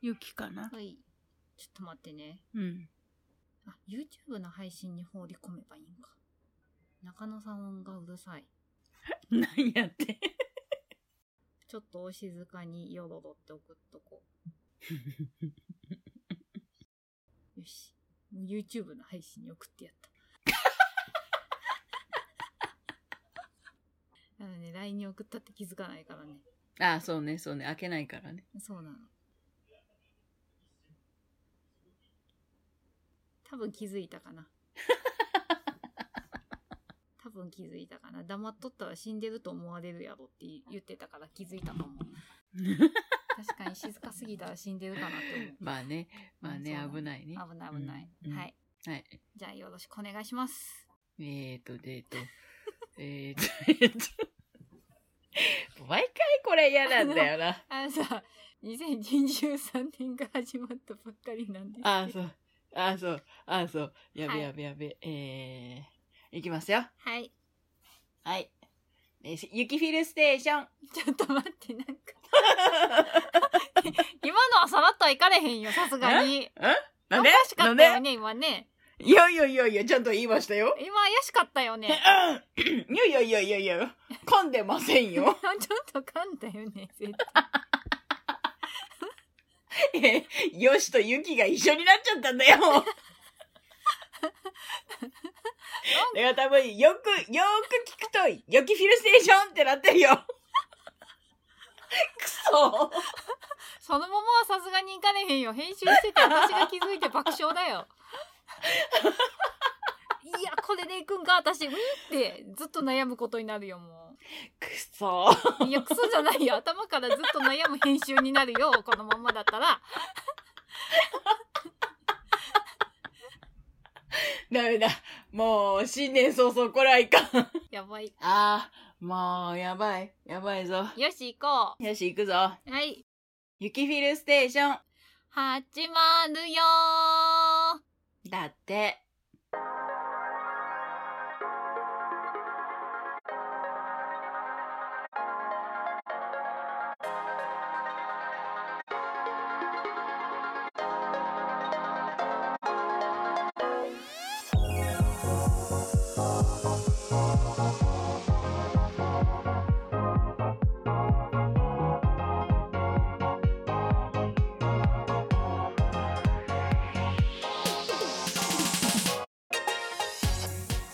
雪かな。はい。ちょっと待ってね。うん。あ、YouTube の配信に放り込めばいいんか。中野さんがうるさい。なんやって。ちょっとお静かによろろって送っとこう。よし。もう YouTube の配信に送ってや った。あのね、LINE に送ったって気づかないからね。 ああ、そうね、そうね。開けないから ね。そうなの。多分気づいた かな。多分気づいたかな。黙っとったら死んでると思われるやろって言ってたから気づいたと思う。確かに静かすぎたら死んでるかなって思う。まあね、まあね、うん危ないね。危ない危ない。うんはい。はい。じゃあよろしくお願いします。えーと、でえーと、えーと、 えーと。毎回これ嫌なんだよな。あのさ、2023年が始まったばっかりなんですけど。 ああ、そう。ああ、そう。ああ、そう。やはべいやべやべ。えー、いきますよ。はい。はい。えーし雪フィルステーション。ちょっと待って、なんか。今のはさらっとはいかれへんよ、さすがに。 なんでおかしかなっんたよでね、今ね。いやいやいやいや、ちゃんと言いましたよ。今怪しかったよね。 いやいやいやいやいや、噛んでません ちょっよ。と噛んだよね、絶対。え ーよしとゆきが一緒になっちゃったんだよ。だから多分、よく、よーく聞くと、よきフィルステーションってなってるよ。くそそのままはさすがにいかれへんよ。編集してて私が気づいて爆笑だ よ。いや、これでいくんか、私、うんって、ずっと悩むことになるよ、も。くそういや、クソじゃないよ。頭からずっと悩む編集になるよ、このままだったら。ダメだ。もう、新年早々これはいかん。やばい。あー、もう、やばい。やばいぞ。よし、行こよし、行くぞ。う。はい。雪フィルステーション。始まるよーだって。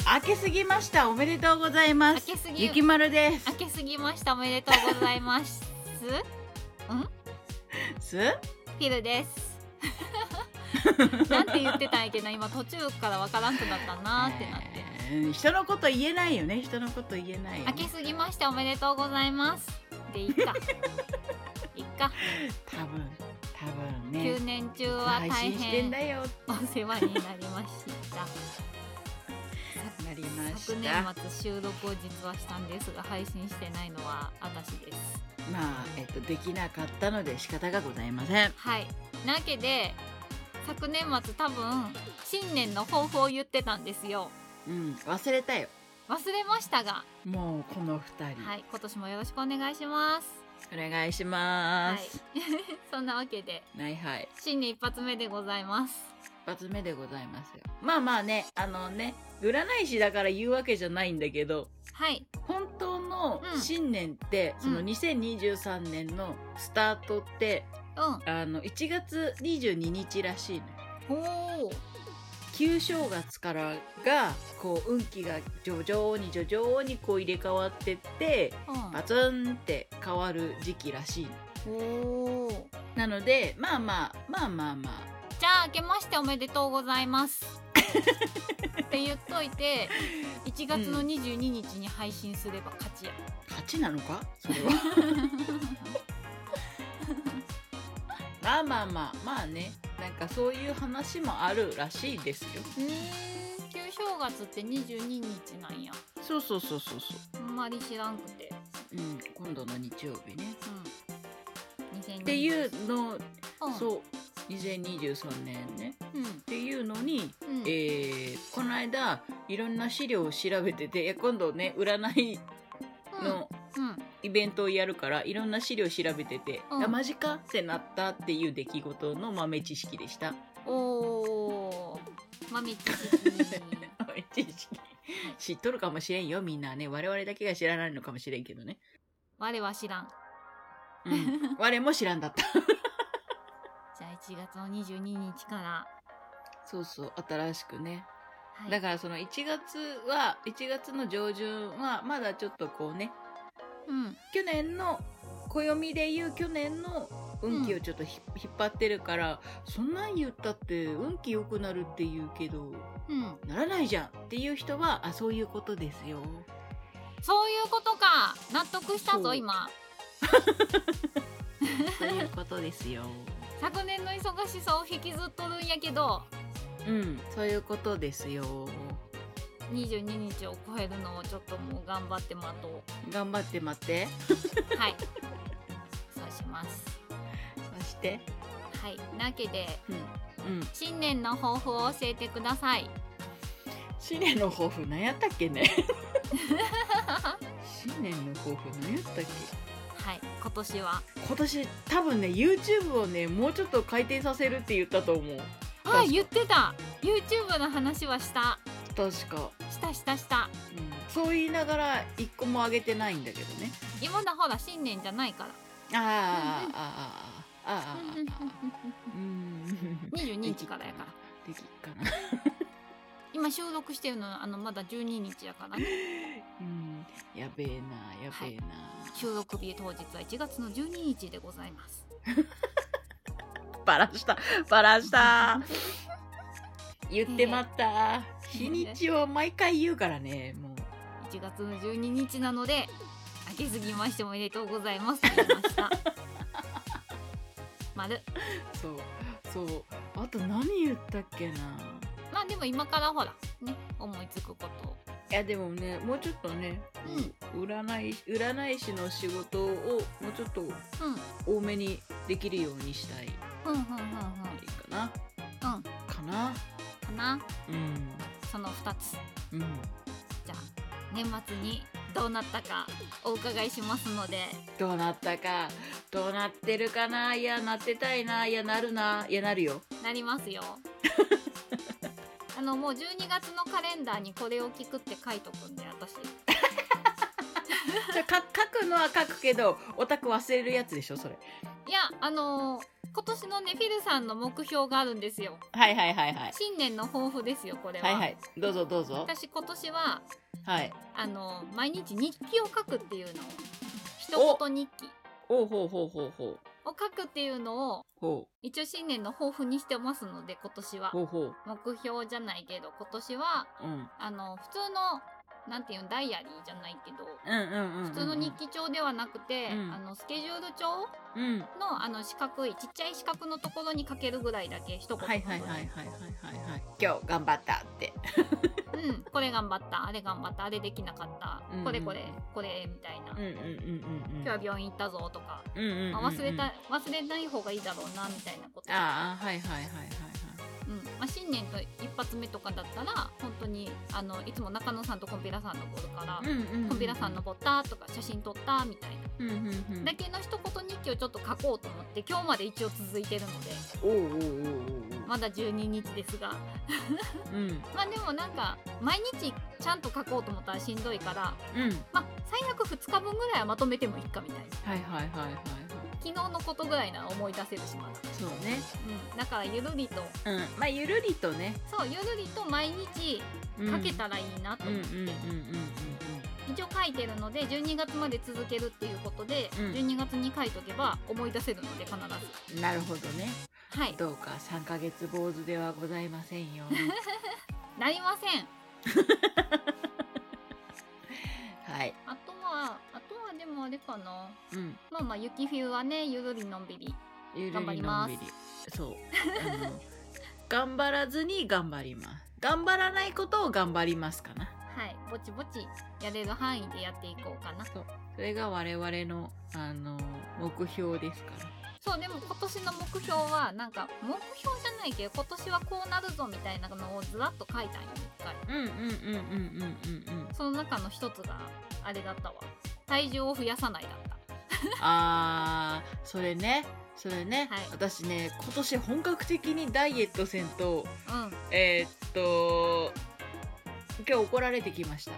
開けすぎました。おめでとうございま開す。けすぎゆきまるで開けすぎましたおめでとうございますす。すフィルですなんて言ってたんやけど今途中からわからんくなったなーってなって、えー人のこと言えないよね。人のこと言えないよ、ね開。けすぎましたおめでとうございますでいいかいっか多分、多分ね9。年中は配大信してん変だよ。お世話になりましたなりまし昨年た。末収録を実はしたんですが配信してないのは私ですまあ、えっと、できなかったので仕方がございません。はい。なわけで昨年末多分新年の抱負を言ってたんですよ。うん、忘れたよ。忘れましたが、もう、この二人、はい、今年もよろしくお願いします。お願いしまはいす。。 そんなわけではい、はい。新年一発目でございます。一発目でございますよ。まあまあね、あのね、占い師だから言うわけじゃないんだけど、はい。本当のうん新年って、そのうん2023年のスタートって、うん。あの、1月22日らしいのよ。ほう。旧正月からが、こう、運気が徐々に徐々にこう入れ替わってって、うんバツンって変わる時期らしいの。ほう。なので、まあまあ、まあまあまじゃあ明けましておめでとうござ います。って言っといて1月の22日に配信すれば勝ちや。あ、勝ちなのかそれは。まあまあまあ、まあね。なんかそういう話もあるらしいですよ。うーん。旧正月って22日なんや。そうそうそうそうそあんまり知らんくて、う。うん、今度の日曜日ね。うん、2020っていうの、うん、そう、2023年ね。うん、っていうのに、うん、えーこの間いろんな資料を調べてていや今度ね占いのうん、うん、イベントをやるからいろんな資料調べてて、うんあマジかってなったっていう出来事の豆知識で した。おー豆知識豆知識 知っとるかもしれんよみんなはね我々だけが知らないのかもしれんけどね、我は知らんうん、 我も知らんだったじゃあ1月の22日から、そうそう新しくねはい、だからその1月は1月の上旬はまだちょっとこうねうん去年の暦でいう去年の運気をちょっとひ、引っ張ってるからそんなん言ったって運気良くなるって言うけどうんならないじゃんっていう人はあそういうことですよそういうことか納得したそぞう今そういうことですよ昨年の忙しさを引きずっとるんやけど うんそういうことですよ22日を超えるのをちょっともう頑張って待とう頑張って待ってはい そうしますそしてはいなわけでうん新年の抱負を教えてください新年の抱負何やったっ けね新年の抱負何やったっけはい今年は今年多分ね YouTube をねもうちょっと回転させるって言ったと思う確あか言ってた YouTube の話はした確か、したしたしたうん、そう言いながら一個も上げてないんだけどね今だほら新年じゃないからあーあーあーあーあーあーあーうーん22日からやからできっかな今収録してるのあのまだ12日やからねうんやべえなやべえな、収録日当日は1月の12日でございます バラしたバラした言ってま った日にちを毎回言うからねもう1月の12日なので明けすぎましておめでとうございますと言いました 丸そうそうあと何言ったっけなまあでも今からほらね思いつくことをいやでもねもうちょっとね、占い占い師の仕事をもうちょっとうん多めにできるようにしたいかうんうんうんうんなうんかかななうんその2つうんじゃあ年末にどうなったかお伺いしますのでどうなったかどうなってるかないやなってたいないやなるないやなるよなりますよあのもう12月のカレンダーにこれを聞くって書いとくんで私じゃあ か書くのは書くけどオタク忘れるやつでしょそれいやあのー今年のねフィルさんの目標があるんですよはいはいはいはい新年の抱負ですよこれは、はいはいどうぞどうぞ私今年ははいあのー毎日日記を書くっていうのを一言日記おうほうほうほうほうを書くっていうのをほ一応新年の抱負にしてますので今年はうほうほう目標じゃないけど今年はうんあの普通のなんていうのダイアリーじゃないけどうんうんうんうん普通の日記帳ではなくて、うんあのスケジュール帳うんのあの四角いちっちゃい四角のところに書けるぐらいだけ一言はいはいはいはいはいはいはい今日頑張ったってうん、これ頑張ったあれ頑張ったあれできなかった、うんこれこれこれみたいな、うんうんうんうん今日は病院行ったぞとか、うんうんうんうんまあ忘れた忘れない方がいいだろうなみたいなこと、ああはいはいはいはいはいうんまあ、新年と一発目とかだったら本当にあのいつも中野さんとコンピラさん登るから、うんうんうんコンピラさん登ったとか写真撮ったみたいな。うんうんうんだけの一言日記をちょっと書こうと思って今日まで一応続いてるのでおうおうおうおうおうまだ12日ですがうんまあでもなんか毎日ちゃんと書こうと思ったらしんどいからうんまあ最悪2日分ぐらいはまとめてもいいかみたいなはいはいはいはいはい昨日のことぐらいなら思い出せるしまだ、そうねうん、だからゆるりとうんまあゆるりとねそうゆるりと毎日うん書けたらいいなとうんう思んって、うんうんうん一応書いてるので12月まで続けるっていうことで、うん12月に書いとけば思い出せるので必ずうんなるほどねはいどうか三ヶ月坊主ではございませんよなりません はいあとはあとはでもあれかなうんまあまあ雪冬はねゆるりのんびりゆる頑張りりのんますびりそうあの頑張らずに頑張ります頑張らないことを頑張りますかなはいぼちぼちやれる範囲でやっていこうかなそうそれが我々のあの目標ですからそうでも今年の目標はなんか目標じゃないけど今年はこうなるぞみたいなのをずらっと書いたんよ一回うんうんうんうんうんうんうんその中の一つがあれだったわ体重を増やさないだった。あーそれねそれね、はい私ね今年本格的にダイエットせんとうん。えーっと今日怒られてきました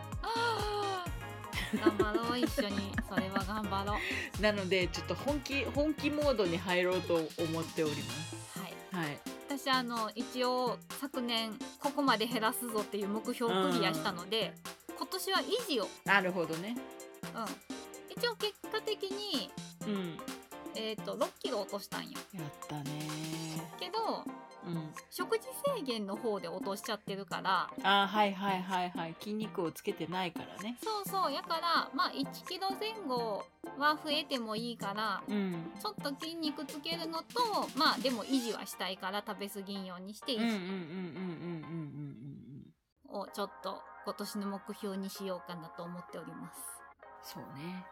頑張ろう一緒にそれは頑張ろうなのでちょっと本気本気モードに入ろうと思っておりますはいはい私あの一応昨年ここまで減らすぞっていう目標をクリアしたので、今年は維持を、うん、なるほどね一応結果的に、うんえー、と6キロ落としたんよやったねけどうん食事制限の方で落としちゃってるからあーはいはいはいはい筋肉をつけてないからねそうそうやからまあ1キロ前後は増えてもいいからうんちょっと筋肉つけるのとまあでも維持はしたいから食べ過ぎんようにしてうん維うんうんうん持うんうんうんうんをちょっと今年の目標にしようかなと思っております。そうね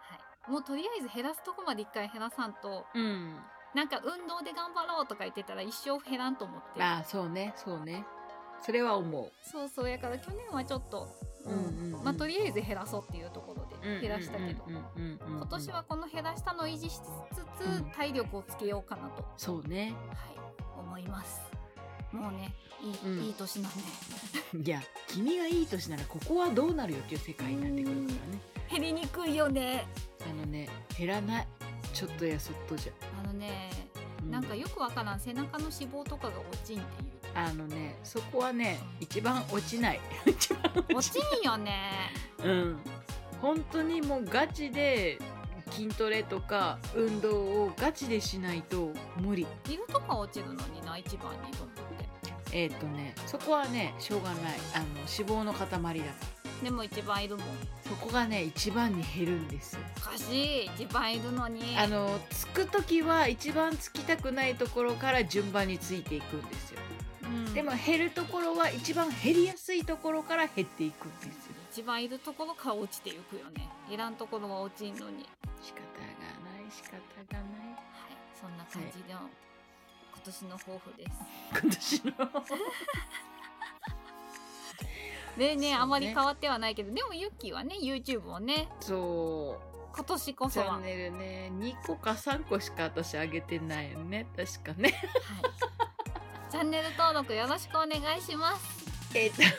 はい、もうとりあえず減らすとこまで一回減らさんとうんなんか運動で頑張ろうとか言ってたら一生減らんと思ってるああそうねそうねそれは思うそうそうやから去年はちょっと、うんうんうんうんまあ、とりあえず減らそうっていうところで減らしたけど、今今年はこの減らしたのを維持しつうつ、ん体力をつけようかなと、はそうね い、思いますもうねいい,、うんいい年なんでいや君がいい年ならここはどうなるよっていう世界になってくるからね減りにくいよねあのね減らないちょっとやそっとじゃ、あのね、うなんかよくわからん背中の脂肪とかが落ちんっていう あのねそこはね一番落ちない一番落落ちちんよねうん本当にもうガチで筋トレとか運動をガチでしないと無理ビルとか落ちるのにな一番にと思ってえっ、とねそこはねしょうがないあの脂肪の塊だからでも一番いるもんそこがね一番に減るんですよおかしい一番いるのにあのつく時は一番つきたくないところから順番についていくんですようんでも減るところは一番減りやすいところから減っていくんですよ一番いるところから落ちていくよねいらんところは落ちんのに仕方がない仕方がないはいそんな感じの、今年の抱負です今年のそうね例年あまり変わってはないけど、でもユッキーはね YouTube をねそ今年こうチそは、ャンはい、ネルね2個か3個しか私上げてないよね確かね チャンネル登録よろしくお願いしますえっとえっ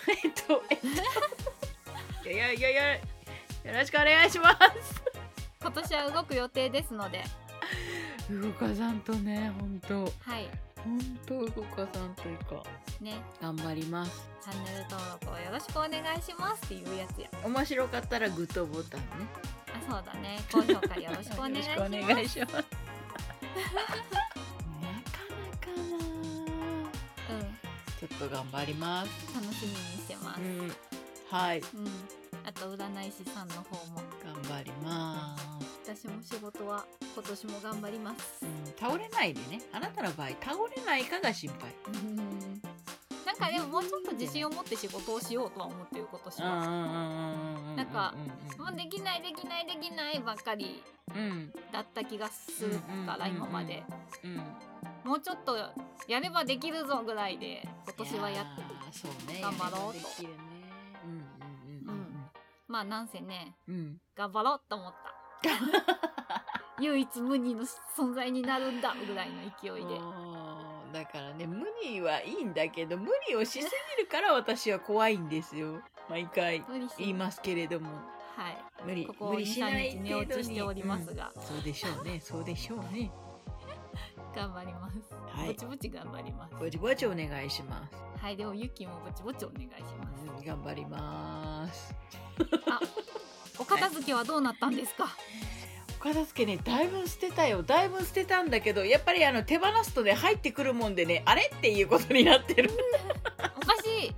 とえっといやいやいやいやよろしくお願いしま今年は動く予定ですのです動かさんとね本当はい本当動かさんというかね頑張りますチャンネル登録をよろしくお願いしますっていうやつや面白かったらグッドボタンねあそうだね高評価よろしくお願いしよろしますくお願いしますなかなかなうちょっと頑張りますん、楽しみにしてますう。んはいうん、あと占い師さんの方も、頑張ります、私も仕事は今年も頑張りますう。ん、倒れないでねあなたの場合倒れないかが心配うんなんかでももうちょっと自信を持って仕事をしようとは思ってることします。んなんかもうできないできないできないばっかりうんだった気がするからうんうんうんうん今までうんもうちょっとやればできるぞぐらいで今年はやっていーそうね頑張ろうとやればできるねうんうんまあなんせねうんうんうん頑張ろうと思っ た唯一無二の存在になるんだぐらいの勢いでうんだからね無理はいいんだけど無理をしすぎるから私は怖いんですよ毎回無理し言いますけれどもはい無理ここ無理しない2 3日寝落ちしております程が度にうんそうでしょうねそうでしょうね頑張ります。はいぼちぼち頑張ります。ぼちぼちお願いします、はい、でもゆきもぼちぼちお願いします。うん頑張りますお片付けはどうなったんですか。お片付けねだいぶ捨てたよだいぶ捨てたんだけどやっぱりあの手放すとね入ってくるもんでねあれっていうことになってるおかしい。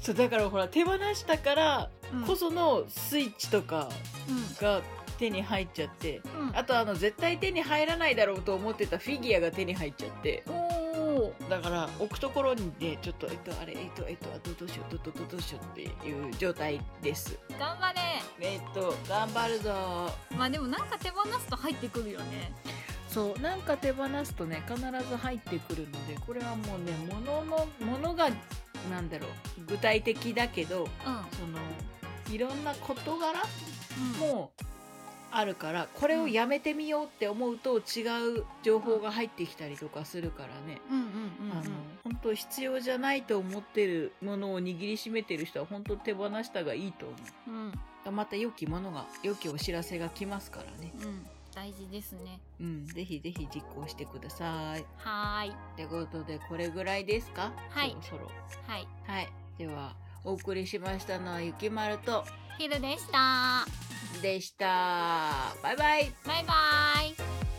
そうだからほら手放したからうん、こそのスイッチとかうが手に入っちゃってん、うん、あとあの絶対手に入らないだろうと思ってたフィギュアが手に入っちゃっておお。だから置くところにねちょっとえっとあれえっとえっとあどどうしようどどどどうしようっていう状態です頑張れ。えっと頑張るぞまあ、でも、なんか手放すと入ってくるよね。そうなんか手放すとね必ず入ってくるのでこれはもうね物の物がなんだろう具体的だけどうん、そのいろんな事柄もあるからこれをやめてみようって思うと違う情報が入ってきたりとかするからね。うんうんうんあの本当必要じゃないと思ってるものを握りしめてる人は本当手放したがいいと思うんうんうまた良きものが良きお知らせが来ますからねうん大事ですねうんぜひぜひ実行してくださいはーいってことでこれぐらいですかはいそろそろはいはいではお送りしましたのはゆきまるとヒルでしたでしたバイバイバイバイ